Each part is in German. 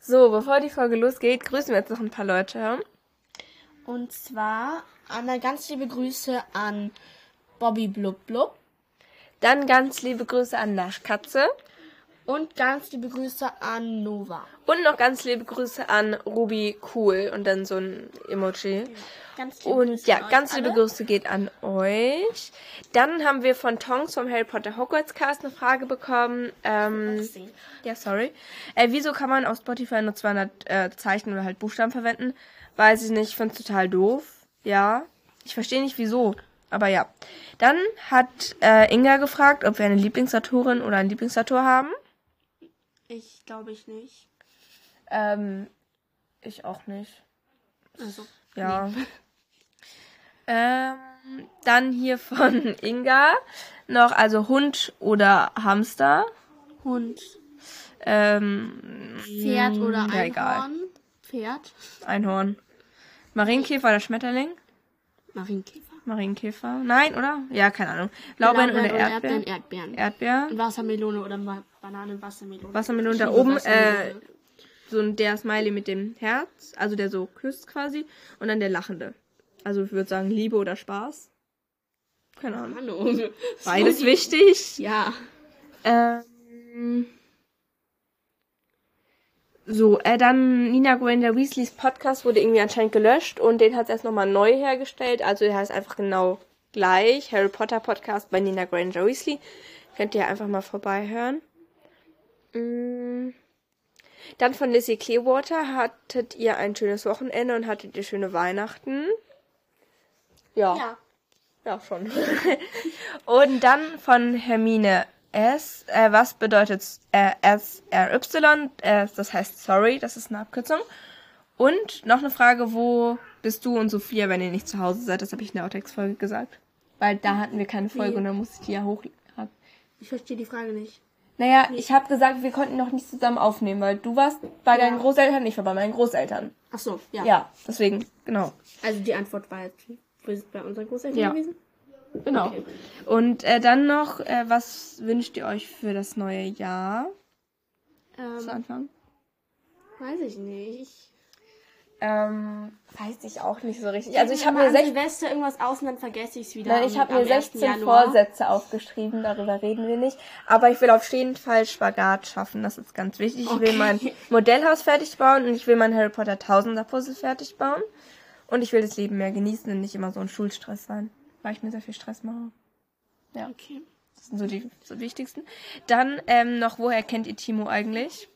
So, bevor die Folge losgeht, grüßen wir jetzt noch ein paar Leute. Und zwar einmal ganz liebe Grüße an Bobby Blub Blub Dann ganz liebe Grüße an Naschkatze. und ganz liebe Grüße an Nova. Und noch ganz liebe Grüße an Ruby Cool und dann so ein Emoji. Ganz liebe Und Grüße an ja, euch ganz liebe alle. Grüße geht an euch. Dann haben wir von Tongs vom Harry Potter Hogwarts Cast eine Frage bekommen. Ähm, Grüße. ja, sorry. Äh, wieso kann man auf Spotify nur 200 äh, Zeichen oder halt Buchstaben verwenden? Weiß ich nicht, find's total doof. Ja, ich verstehe nicht wieso. Aber ja. Dann hat äh, Inga gefragt, ob wir eine Lieblingsautorin oder einen Lieblingsautor haben. Ich glaube ich nicht. Ähm, ich auch nicht. Also, Ja. Ähm, dann hier von Inga noch, also Hund oder Hamster. Hund, Ähm, Pferd oder Einhorn. Mhm. ja, egal. Pferd, Einhorn. Marienkäfer oder Schmetterling? Marienkäfer. Marienkäfer. Nein, oder? Ja, keine Ahnung. Blaubeeren oder Erdbeeren? Erdbeeren, Erdbeeren. Erdbeer. Wassermelone oder Ma- Banane, Wassermelone. Wassermelone Ich da liebe oben, äh, Wassermelone. So ein der Smiley mit dem Herz, also der so küsst quasi. Und dann der Lachende. Also ich würde sagen Liebe oder Spaß. Keine Ahnung. Ahnung. Beides wichtig. Ja. Ähm, so, äh, dann Nina Gwenda Weasleys Podcast wurde irgendwie anscheinend gelöscht und den hat es erst nochmal neu hergestellt. Also der heißt einfach genau gleich. Harry Potter Podcast bei Nina Granger Weasley. Könnt ihr einfach mal vorbeihören. Mm. Dann von Lizzie Clearwater. Hattet ihr ein schönes Wochenende und hattet ihr schöne Weihnachten? Ja. Ja. Ja, schon. Und dann von Hermine S. Äh, was bedeutet äh, SRY? Äh, das heißt sorry, das ist eine Abkürzung. Und noch eine Frage, wo bist du und Sophia, wenn ihr nicht zu Hause seid? Das habe ich in der Outtakes-Folge gesagt. Weil da hatten wir keine Folge Nee. und dann musste ich die ja hochladen. Ich verstehe die Frage nicht. Naja, ich habe gesagt, wir konnten noch nicht zusammen aufnehmen, weil du warst bei Ja. deinen Großeltern, ich war bei meinen Großeltern. Ach so, ja. Ja, deswegen, genau. Also die Antwort war jetzt, wir sind bei unseren Großeltern Ja. gewesen. Genau. Okay. Und äh, dann noch, äh, was wünscht ihr euch für das neue Jahr? Zu Ähm, Anfang? weiß ich nicht. Ähm, weiß ich auch nicht so richtig. Ich Also ich habe immer mir, an sech Silvester irgendwas aus und dann vergesse ich es wieder. Nein, ich am- hab mir am 1. 16 Januar. Vorsätze aufgeschrieben, darüber reden wir nicht. Aber ich will auf jeden Fall Spagat schaffen, das ist ganz wichtig. Ich will Okay. mein Modellhaus fertig bauen und ich will mein Harry Potter Tausender Puzzle fertig bauen. Und ich will das Leben mehr genießen und nicht immer so ein Schulstress sein, weil ich mir sehr viel Stress mache. Okay. Das sind so die so wichtigsten. Dann ähm, noch, woher kennt ihr Timo eigentlich?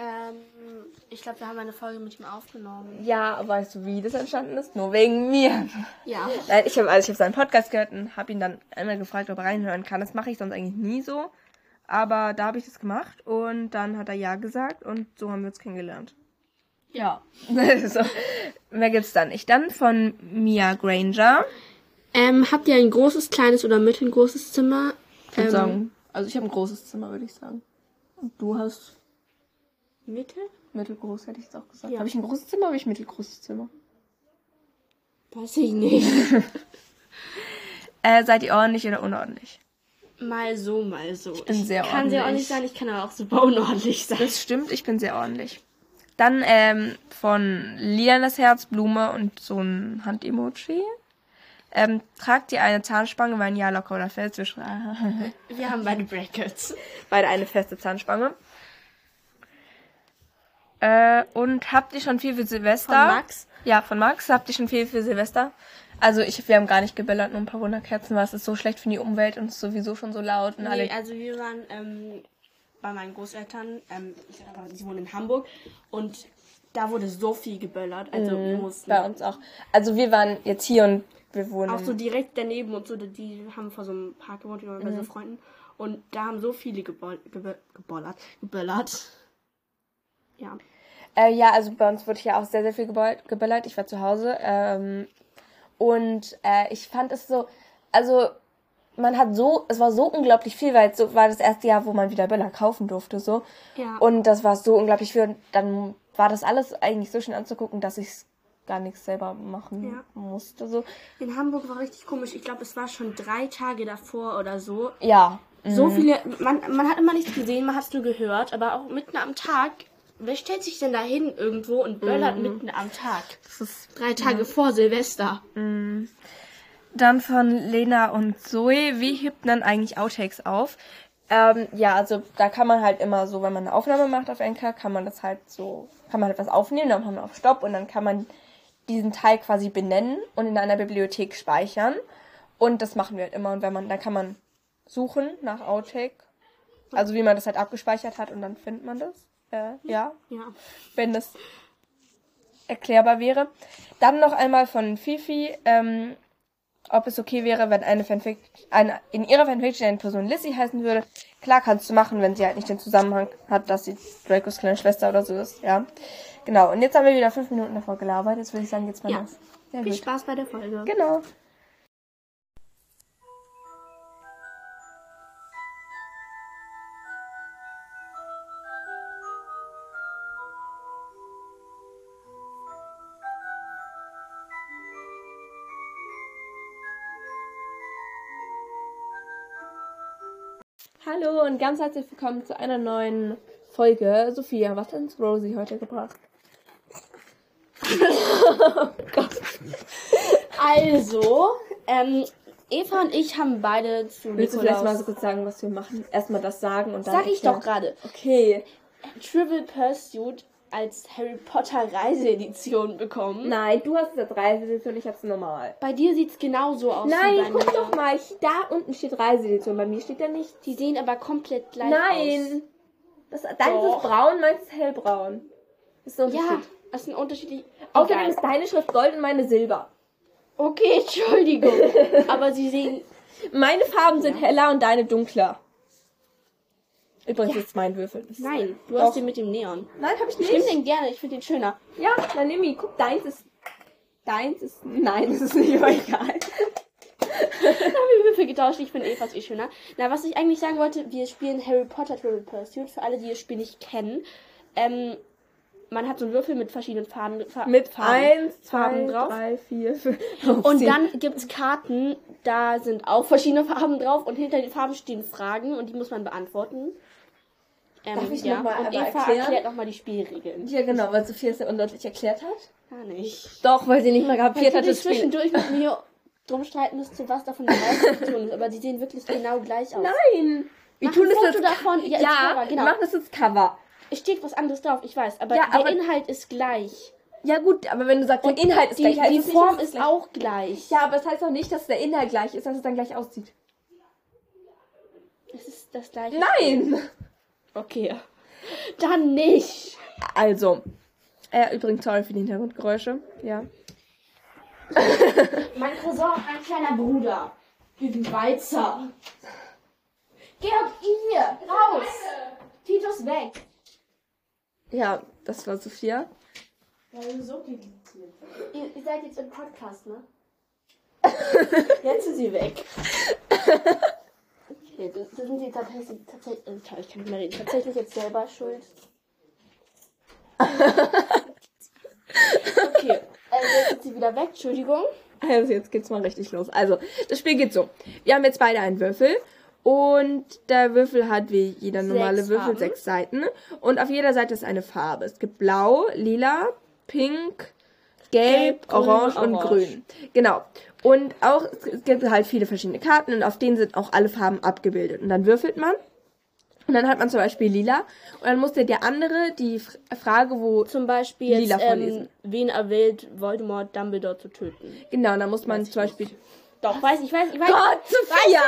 Ähm, ich glaube, wir haben eine Folge mit ihm aufgenommen. Ja, weißt du, wie das entstanden ist? Nur wegen mir. Ja. Nein, ich habe also ich hab seinen Podcast gehört und habe ihn dann einmal gefragt, ob er reinhören kann. Das mache ich sonst eigentlich nie so. Aber da habe ich das gemacht und dann hat er ja gesagt und so haben wir uns kennengelernt. Ja. so. Mehr gibt's dann nicht. Dann von Mia Granger. Ähm, habt ihr ein großes, kleines oder mittelgroßes Zimmer? Ähm, Ich würd sagen, also ich habe ein großes Zimmer, würde ich sagen. Und du hast Mittel? mittelgroß, hätte ich jetzt auch gesagt. Ja. Habe ich ein großes Zimmer, habe ich ein mittelgroßes Zimmer? Weiß ich nicht. Äh, seid ihr ordentlich oder unordentlich? mal so, mal so. Ich bin sehr kann sehr ordentlich. ordentlich sein, ich kann aber auch super unordentlich sein. Das stimmt, ich bin sehr ordentlich. Dann ähm, von lilanes Herz, Blume und so ein Hand-Emoji. Ähm, tragt ihr eine Zahnspange, weil ein Jahr locker oder fest zwischen. Wir haben beide Brackets. Beide eine feste Zahnspange. Äh, und habt ihr schon viel für Silvester? Von Max? Ja, von Max. Habt ihr schon viel für Silvester? Also ich, wir haben gar nicht gebellert, nur ein paar Wunderkerzen, weil es ist so schlecht für die Umwelt und es ist sowieso schon so laut und alle. Nee, also wir waren ähm, bei meinen Großeltern, ähm, ich sag einfach, die wohnen in Hamburg und da wurde so viel geböllert. Also wir mussten Mhm. bei uns auch. Also wir waren jetzt hier und wir wohnen. auch so direkt daneben und so, die haben vor so einem Park gewohnt, wir waren Mhm. bei so Freunden und da haben so viele geboll gebo gebollert, geböllert. Ja. Äh, ja, also bei uns wurde hier auch sehr, sehr viel geböll- geböllert. Ich war zu Hause. Ähm, und äh, ich fand es so, also man hat so, es war so unglaublich viel, weil es so war das erste Jahr, wo man wieder Böller kaufen durfte. so. Ja. Und das war so unglaublich viel. Und dann war das alles eigentlich so schön anzugucken, dass ich gar nichts selber machen Ja. musste. So. In Hamburg war richtig komisch. Ich glaube, es war schon drei Tage davor oder so. Ja. Mhm. So viele, man, man hat immer nichts gesehen, man hat es nur gehört, aber auch mitten am Tag Wer stellt sich denn da hin irgendwo und böllert Mhm. mitten am Tag? Das ist Drei Tage vor Silvester. Dann von Lena und Zoe. Wie hebt man eigentlich Outtakes auf? Ähm, ja, also da kann man halt immer so, wenn man eine Aufnahme macht auf Enker, kann man das halt so, kann man halt was aufnehmen, dann macht man auf Stopp und dann kann man diesen Teil quasi benennen und in einer Bibliothek speichern. Und das machen wir halt immer. Und wenn man, dann kann man suchen nach Outtake. Also wie man das halt abgespeichert hat und dann findet man das. Äh, ja, Ja. wenn das erklärbar wäre. Dann noch einmal von Fifi, ähm, ob es okay wäre, wenn eine Fanfic eine, in ihrer Fanfiction eine Person Lissy heißen würde. Klar kannst du machen, wenn sie halt nicht den Zusammenhang hat, dass sie Dracos kleine Schwester oder so ist, ja. Genau, und jetzt haben wir wieder fünf Minuten davor gelabert. Jetzt würde ich sagen, jetzt mal Ja. das. Sehr Viel gut. Spaß bei der Folge. Genau. Hallo und ganz herzlich willkommen zu einer neuen Folge. Sophia, was hat uns Rosie heute gebracht? Also, ähm, Eva und ich haben beide zu Willst du vielleicht mal so Nikolaus. kurz sagen, was wir machen? Erstmal das sagen und dann. Sag ich doch erklären. gerade. Okay. Trivial Pursuit als Harry Potter Reiseedition bekommen. Nein, du hast es als Reisedition, ich hab's normal. Bei dir sieht's genauso aus wie bei Nein, mir. guck doch mal, ich- da unten steht Reisedition, bei mir steht der nicht. Die sehen aber komplett gleich Nein! Das, deins Doch. ist braun, meins ist hellbraun. Ist ein aus. Ja, Unterschied. das sind unterschiedlich. Außerdem Egal. ist deine Schrift Gold und meine Silber. Okay, Entschuldigung. aber sie sehen. Meine Farben sind heller und deine dunkler. Übrigens ist mein Würfel. Das ist- Nein, du Doch. hast den mit dem Neon. Nein, hab ich Ich nehme nicht. den gerne, ich finde den schöner. Ja, dann nimm ihn. Guck, deins ist. Deins ist. Nein, das ist nicht, aber egal. Da haben wir Würfel getauscht, ich finde Evas eh schöner. Na, was ich eigentlich sagen wollte, wir spielen Harry Potter Trivial Pursuit, für alle, die das Spiel nicht kennen. Ähm, man hat so einen Würfel mit verschiedenen Farben. Fa Mit Farben. eins, Farben zwei, drauf. drei, vier, fünf. Und zehn. dann gibt's Karten, da sind auch verschiedene Farben drauf und hinter den Farben stehen Fragen und die muss man beantworten. Ähm, Darf ich ja. noch mal und aber Eva erklären? erklärt nochmal die Spielregeln. Ja, genau, weil Sophia es ja undeutlich erklärt hat. Gar nicht. Doch, weil sie nicht mal Weil kapiert du hat, dich das Spiel. zwischendurch mit mir drum streiten müsste, was davon zu tun ist, aber die sehen wirklich genau gleich aus. Nein! Wir Mach tun ein das Foto jetzt. davon. Ja, Ja, als Cover, genau. wir machen das jetzt Cover. Es steht was anderes drauf, ich weiß, aber Ja, der aber- Inhalt ist gleich. Ja, gut, aber wenn du sagst, der Inhalt ist Die, gleich, Also heißt die es nicht, Form dass es ist gleich- auch gleich. Ja, aber es heißt auch nicht, dass der Inhalt gleich ist, dass es dann gleich aussieht. Es ist das gleiche. Nein! Okay. Dann nicht. Also. Äh, übrigens, sorry für die Hintergrundgeräusche. Ja. Mein Cousin und mein kleiner Bruder. Üben Walzer. Georg, hier, raus. Titus weg. Ja, das war Sophia. Ihr, ihr seid jetzt im Podcast, ne? jetzt ist sie weg. Okay, das das sind sie tatsächlich, tatsächlich, äh, ich kann nicht mehr reden, tatsächlich jetzt selber schuld. okay, äh, jetzt ist sie wieder weg, Entschuldigung. Also jetzt geht's mal richtig los. Also, das Spiel geht so. Wir haben jetzt beide einen Würfel. Und der Würfel hat wie jeder normale Würfel Farben. sechs Seiten. Und auf jeder Seite ist eine Farbe. Es gibt blau, lila, pink, gelb, Gelb, grün, orange und orange. grün. Genau. Und auch, es gibt halt viele verschiedene Karten und auf denen sind auch alle Farben abgebildet. Und dann würfelt man. Und dann hat man zum Beispiel lila. Und dann musste der andere die F- Frage, wo Zum Beispiel jetzt, Lila ähm, vorlesen. wen erwählt Voldemort Dumbledore zu töten? Genau, und dann muss man Weiß ich zum Beispiel. Doch, weiß ich, weiß ich, weiß ich. Gott, Sophia!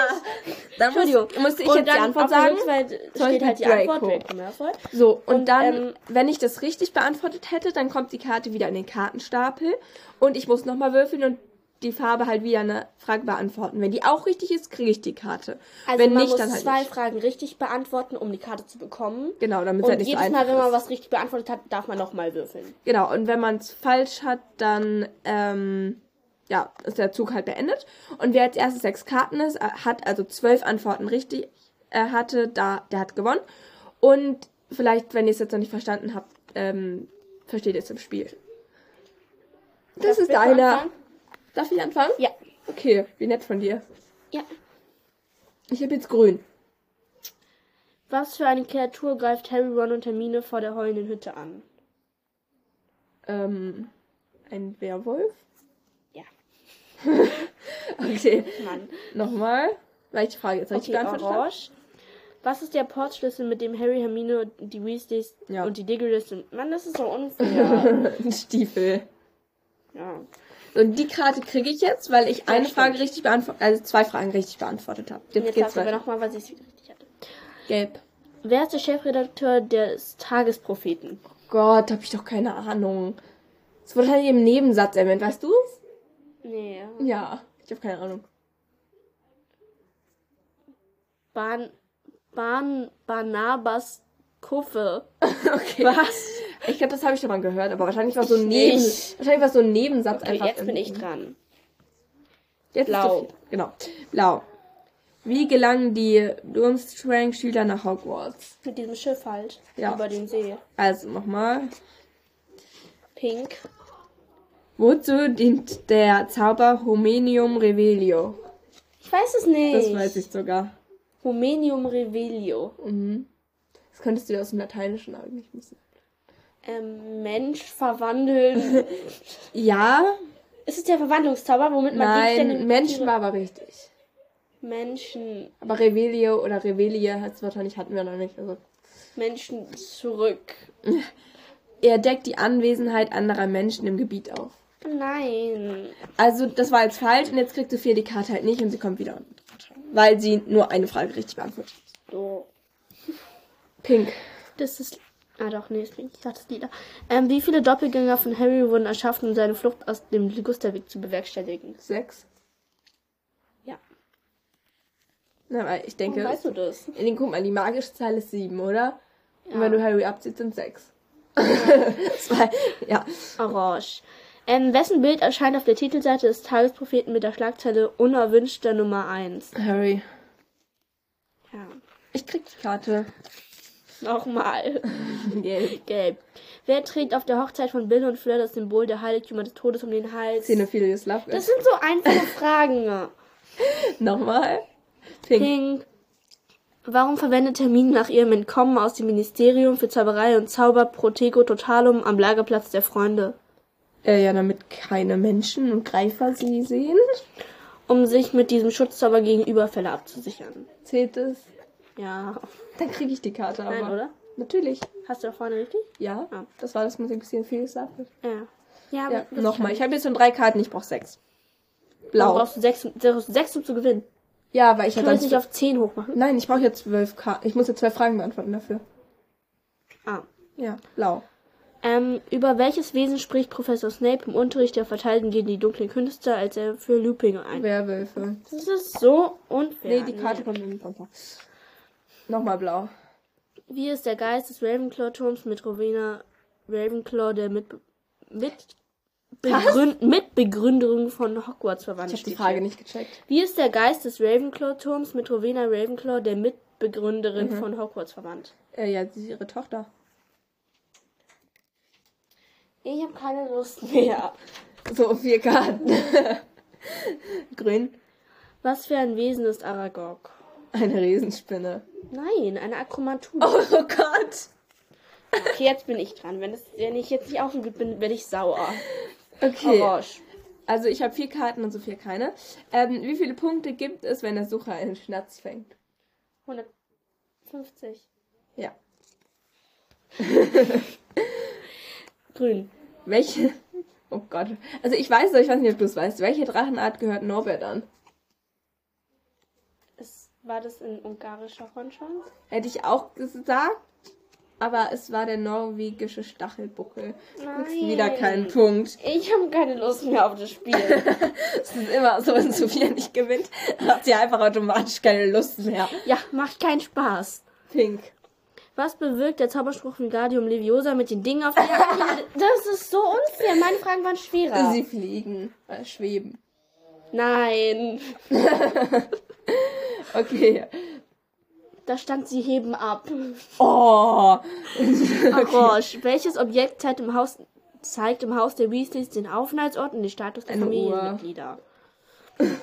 Dann muss, Entschuldigung. musste ich jetzt die Antwort auf der sagen. Rückseite steht Beispiel halt die Draco. Antwort Draco Malfoy. So, und, Und, dann, ähm, wenn ich das richtig beantwortet hätte, dann kommt die Karte wieder in den Kartenstapel und ich muss nochmal würfeln und die Farbe halt wieder eine Frage beantworten. Wenn die auch richtig ist, kriege ich die Karte. Also wenn man nicht, muss dann halt zwei nicht. Fragen richtig beantworten, um die Karte zu bekommen. Genau, damit es Und halt nicht so jedes einfach Mal, wenn man ist. was richtig beantwortet hat, darf man nochmal würfeln. Genau, und wenn man es falsch hat, dann ähm, ja, ist der Zug halt beendet. Und wer als erstes sechs Karten ist, äh, hat also zwölf Antworten richtig äh, hatte, da, der hat gewonnen. Und vielleicht, wenn ihr es jetzt noch nicht verstanden habt, ähm, versteht ihr es im Spiel. Das Darf ist Wilco deiner. anfangen? Darf ich anfangen? Ja. Okay, wie nett von dir. Ja. Ich habe jetzt grün. Was für eine Kreatur greift Harry, Ron und Hermine vor der heulenden Hütte an? Ähm, ein Werwolf? Ja. Okay, Mann. nochmal. Leichte Frage. Soll ich die Okay, beantwortet haben? orange. Was ist der Portschlüssel, mit dem Harry, Hermine und die Weasleys Ja. und die Diggleys... und- Mann, das ist so unfair. Ein Stiefel. ja. Und die Karte kriege ich jetzt, weil ich eine stimmt. Frage richtig beantwortet, also zwei Fragen richtig beantwortet habe. Und Jetzt jetzt geht's darfst du aber weiter. nochmal, was ich wieder richtig hatte. Gelb. Wer ist der Chefredakteur des Tagespropheten? Gott, habe ich doch keine Ahnung. Es wurde halt im Nebensatz erwähnt, weißt du? Nee. Ja, ich habe keine Ahnung. Ban... Ban... Barnabas Kuffe. Okay. Was? Ich glaube, das habe ich schon mal gehört, aber wahrscheinlich war so Ich ein Neben, nicht. wahrscheinlich war so ein Nebensatz Okay, einfach. jetzt bin im- ich dran. Jetzt Blau. Blau. Genau. Blau. Wie gelangen die Durmstrang-Schüler nach Hogwarts? Mit diesem Schiff halt. Ja. Über den See. Also nochmal. Pink. Wozu dient der Zauber Homenium Revelio? Ich weiß es nicht. Das weiß ich sogar. Homenium Revelio. Mhm. Das könntest du dir aus dem Lateinischen eigentlich wissen. Ähm, Mensch verwandeln. Ja, ist es der Verwandlungszauber, womit man Gegenstände- nein, Menschen war aber richtig. Menschen, Aber Revelio oder Revelie hat's wahrscheinlich hatten wir noch nicht. Also. Menschen zurück. Er deckt die Anwesenheit anderer Menschen im Gebiet auf. Nein. Also, das war jetzt falsch und jetzt kriegt Sophia die Karte halt nicht und sie kommt wieder. unten drunter, Weil sie nur eine Frage richtig beantwortet. So. Pink. Das ist. Ah doch, nee, das klingt ich dachte das Lieder. Ähm, wie viele Doppelgänger von Harry wurden erschaffen, um seine Flucht aus dem Ligusterweg zu bewerkstelligen? Sechs. Ja. Na, weil ich denke, Warum weißt du das? in den, guck mal, die magische Zahl ist sieben, oder? Und wenn du Harry abziehst, sind sechs. Zwei. Ja. Orange. Ähm, wessen Bild erscheint auf der Titelseite des Tagespropheten mit der Schlagzeile Unerwünschter Nummer 1? Harry. Ja. Ich krieg die Karte. Nochmal. Gelb. Gelb. Wer trägt auf der Hochzeit von Bill und Fleur das Symbol der Heiligtümer des Todes um den Hals? Xenophilius Love. Das sind so einfache Fragen. Nochmal. Pink. Pink. Warum verwendet Hermine nach ihrem Entkommen aus dem Ministerium für Zauberei und Zauber Protego Totalum am Lagerplatz der Freunde? Äh, ja, damit keine Menschen und Greifer sie sehen. Um sich mit diesem Schutzzauber gegen Überfälle abzusichern. Zählt es. Ja. Dann kriege ich die Karte, aber. Nein, oder? Natürlich. Hast du da vorne richtig? Ja. Ah. Das war das mit dem bisschen viel Sache. Ja. Ja, Ja, das- nochmal. Ich habe jetzt schon drei Karten, ich brauche sechs. Du Blau. brauchst sechs, du brauchst sechs, um zu gewinnen. Ja, weil ich ja Können wir es sonst. nicht auf zehn hochmachen? Nein, ich brauche jetzt zwölf Karten. Ich muss jetzt zwei Fragen beantworten dafür. Ah. Ja. Blau. Ähm, über welches Wesen spricht Professor Snape im Unterricht der Verteidigung gegen die dunklen Künste, als er für Looping ein? Werwölfe. Das ist so unfair. nee, die Karte kommt in den Pampa. Nochmal blau. Wie ist der Geist des Ravenclaw-Turms mit Rowena Ravenclaw, der mit, mit, Begründ mit Begründung von Hogwarts verwandt Ich habe die steht Frage hier. nicht gecheckt. Wie ist der Geist des Ravenclaw-Turms mit Rowena Ravenclaw, der Mhm. Mitbegründerin von Hogwarts verwandt? Äh, ja, sie ist ihre Tochter. Ich habe keine Lust mehr. So, vier Karten. Grün. Was für ein Wesen ist Aragog? Eine Riesenspinne. Nein, eine Akromatur. Oh Gott. Okay, jetzt bin ich dran. Wenn, das, wenn ich jetzt nicht aufgeübt bin, werde ich sauer. Okay. Orange. Oh, Also ich habe vier Karten und Sophia keine. Ähm, wie viele Punkte gibt es, wenn der Sucher einen Schnatz fängt? 150. Ja. Grün. Welche? Oh Gott. Also ich weiß, ich weiß nicht, ob du es weißt. Welche Drachenart gehört Norbert an? Es, war das in ungarischer Hornschwanz? Hätte ich auch gesagt. Aber es war der norwegische Stachelbuckel. Nein. Kriegst wieder keinen Punkt. Ich habe keine Lust mehr auf das Spiel. Es ist immer so, wenn Sophia nicht gewinnt, hat sie einfach automatisch keine Lust mehr. ja, macht keinen Spaß. Pink. Was bewirkt der Zauberspruch Vingadium Leviosa mit den Dingen auf der Hand? Das ist so unfair. Meine Fragen waren schwerer. Sie fliegen, äh, schweben. Nein. Okay. Da stand, sie heben ab. Oh. Orange. Welches Objekt zeigt im Haus, zeigt im Haus der Weasleys den Aufenthaltsort und den Status der Eine Uhr. Familienmitglieder?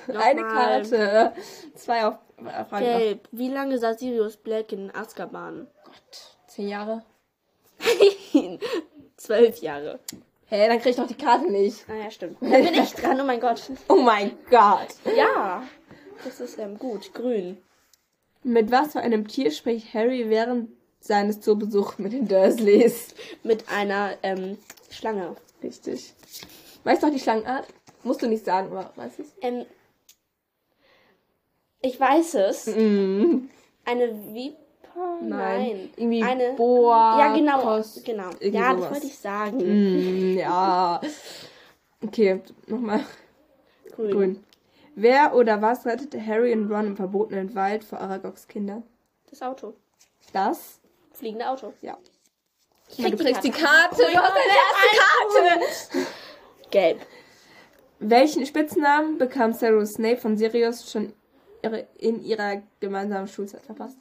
Eine Nochmal. Karte. Zwei auf Äh, Frage nach. Gelb. Wie lange saß Sirius Black in Azkaban? Gott, zehn Jahre. Zwölf Jahre. Hä, hey, dann krieg ich doch die Karte nicht. Ah ja, stimmt. Dann bin ich dran, oh mein Gott. Oh mein Gott. Ja. Das ist ähm, gut. Grün. Mit was für einem Tier spricht Harry während seines Zoobesuchs mit den Dursleys? Mit einer ähm, Schlange. Richtig. Weißt du noch die Schlangenart? Musst du nicht sagen, aber weißt du es? Ähm, ich weiß es. Mm. Eine Viper? Nein. Irgendwie Eine. Boa. ja, genau. Kos- genau. irgendwie Ja, sowas. das wollte ich sagen. Mm, ja. Okay, nochmal. Grün. Grün. Wer oder was rettete Harry und Ron im verbotenen Wald vor Aragogs Kinder? Das Auto. Das? Fliegende Auto. Ja. Ich Du krieg kriegst die Karte. Du hast deine erste Karte. Gelb. Welchen Spitznamen bekam Severus Snape von Sirius schon ihre, in ihrer gemeinsamen Schulzeit verpasst?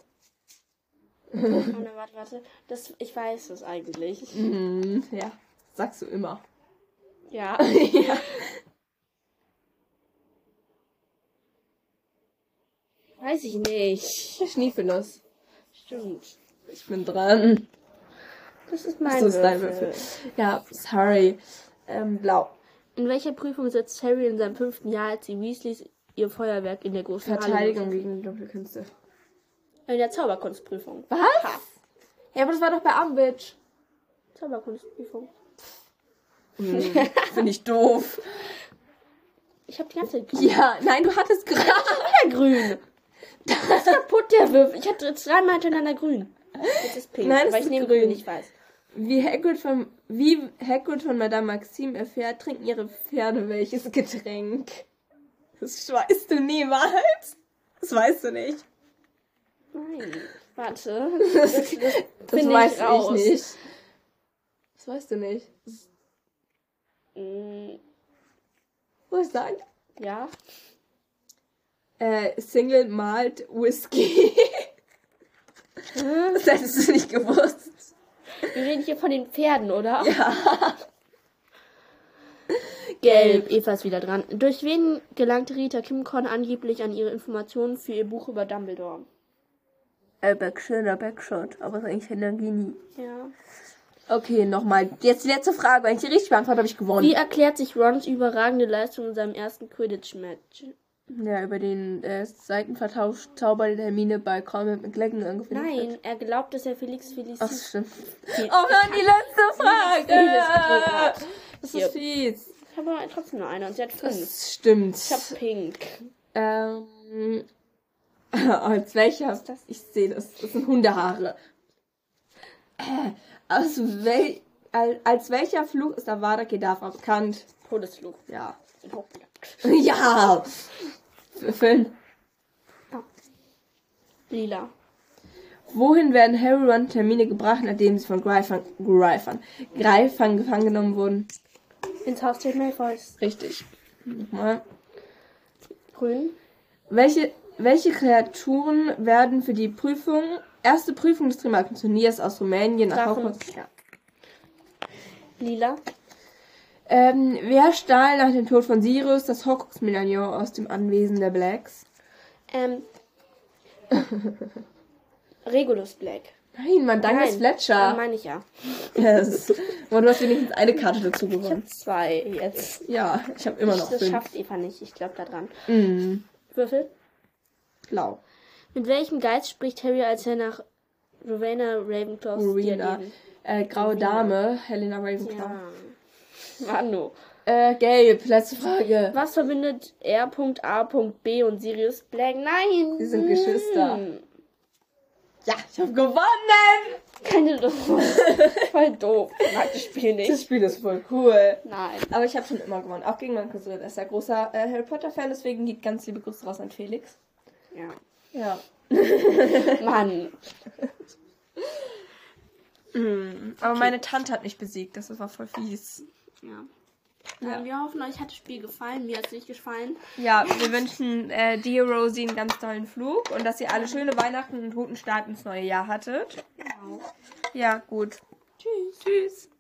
Oh, na, warte, warte. Das, ich weiß es eigentlich. Mhm, ja, sagst du immer. Ja. ja. Weiß ich nicht. Schniefelos. Stimmt. Ich bin dran. Das ist mein So ist dein Würfel. Würfel. Ja, sorry. Ähm, blau. In welcher Prüfung sitzt Harry in seinem fünften Jahr, als die Weasleys ihr Feuerwerk in der großen Verteidigung Halle gegen die Doppelkünste. nutzen? In der Zauberkunstprüfung. Was? Ja, aber das war doch bei Ambitch. Zauberkunstprüfung. Finde ich doof. Ich habe die ganze Zeit grün. Ja, nein, du hattest gerade. grün. Das ist kaputt, der Würfel. Ich hatte jetzt dreimal hintereinander grün. Jetzt ist pink, Nein, das weil ist ich nehme grün. grün, ich weiß. Wie Hagrid von, wie Hagrid von Madame Maxim erfährt, trinken ihre Pferde welches Getränk? Das weißt du niemals. Das weißt du nicht. Nein. Warte. Das, das, Das finde weiß raus. ich nicht. Das weißt du nicht. Mm, Muss ich sagen? Ja. Äh, Single Malt Whisky. das hättest du nicht gewusst. Wir reden hier von den Pferden, oder? Ja. Gelb. Eva ist wieder dran. Durch wen gelangte Rita Kimcorn angeblich an ihre Informationen für ihr Buch über Dumbledore? Äh, Backshot oder Backshot, aber es ist eigentlich Lamborghini. Ja. Okay, nochmal. Jetzt die letzte Frage. Wenn ich die richtig beantworte, habe ich gewonnen. Wie erklärt sich Rons überragende Leistung in seinem ersten Quidditch-Match? Ja, über den äh, Seitenvertauschzauber, den Hermine bei Colin McLaggen angefangen Nein, er glaubt, dass er Felix Ach, Felicis. stimmt. Oh nein, die letzte Frage! Hm. Das Hier. ist fies. Ich habe aber trotzdem nur eine und sie hat fünf. Das stimmt. Ich habe pink. Ähm. Als welcher? das? Ich sehe das. Das sind Hundehaare. Äh, aus wel al- als welcher Flug ist Avada Kedavra bekannt? Todesflug. Ja. Oh. Ja! Füllen. Lila. Wohin werden Harry und Ron Termine gebracht, nachdem sie von Greifern, Greifern, Greifern gefangen genommen wurden? Ins Haus des Malfoys. Richtig. Nochmal. Grün. Welche, welche Kreaturen werden für die Prüfung, erste Prüfung des Trimakenturniers aus Rumänien nach Drachen. Hogwarts? Ja. Lila. Ähm, wer stahl nach dem Tod von Sirius das Horcrux-Medaillon aus dem Anwesen der Blacks? Ähm. Regulus Black. Nein, man dankt Nein, Äh, Dann Fletcher. meine ich ja. Yes. Und du hast wenigstens eine Karte dazu Ich gewonnen. habe zwei jetzt. Ja, ich habe immer noch das fünf. schafft Eva nicht. Ich glaube da dran. Mm, Würfel. blau. Mit welchem Geist spricht Harry, als er nach Rowena Ravenclaws Rowena. Diadem- Äh, graue Dame, Helena Ravenclaw. Ja. Manu. Äh, gelb, letzte Frage. Was verbindet R.A.B. und Sirius Black? Nein! Sie sind Geschwister. Hm. Ja, ich habe gewonnen! Keine Lust. Voll doof. Ich mag das Spiel Das nicht. Spiel ist voll cool. Nein. Aber ich habe schon immer gewonnen, auch gegen meinen Cousin. Er ist ja großer äh, Harry Potter-Fan, deswegen geht ganz liebe Grüße raus an Felix. Ja. Ja. Mann. Aber meine Tante hat mich besiegt, das war voll fies. Ja. Ähm, Wir hoffen, euch hat das Spiel gefallen. Mir hat es nicht gefallen. Ja, wir wünschen äh, dir, Rosie, einen ganz tollen Flug und dass ihr alle schöne Weihnachten und guten Start ins neue Jahr hattet. Ja, gut. Tschüss. Tschüss.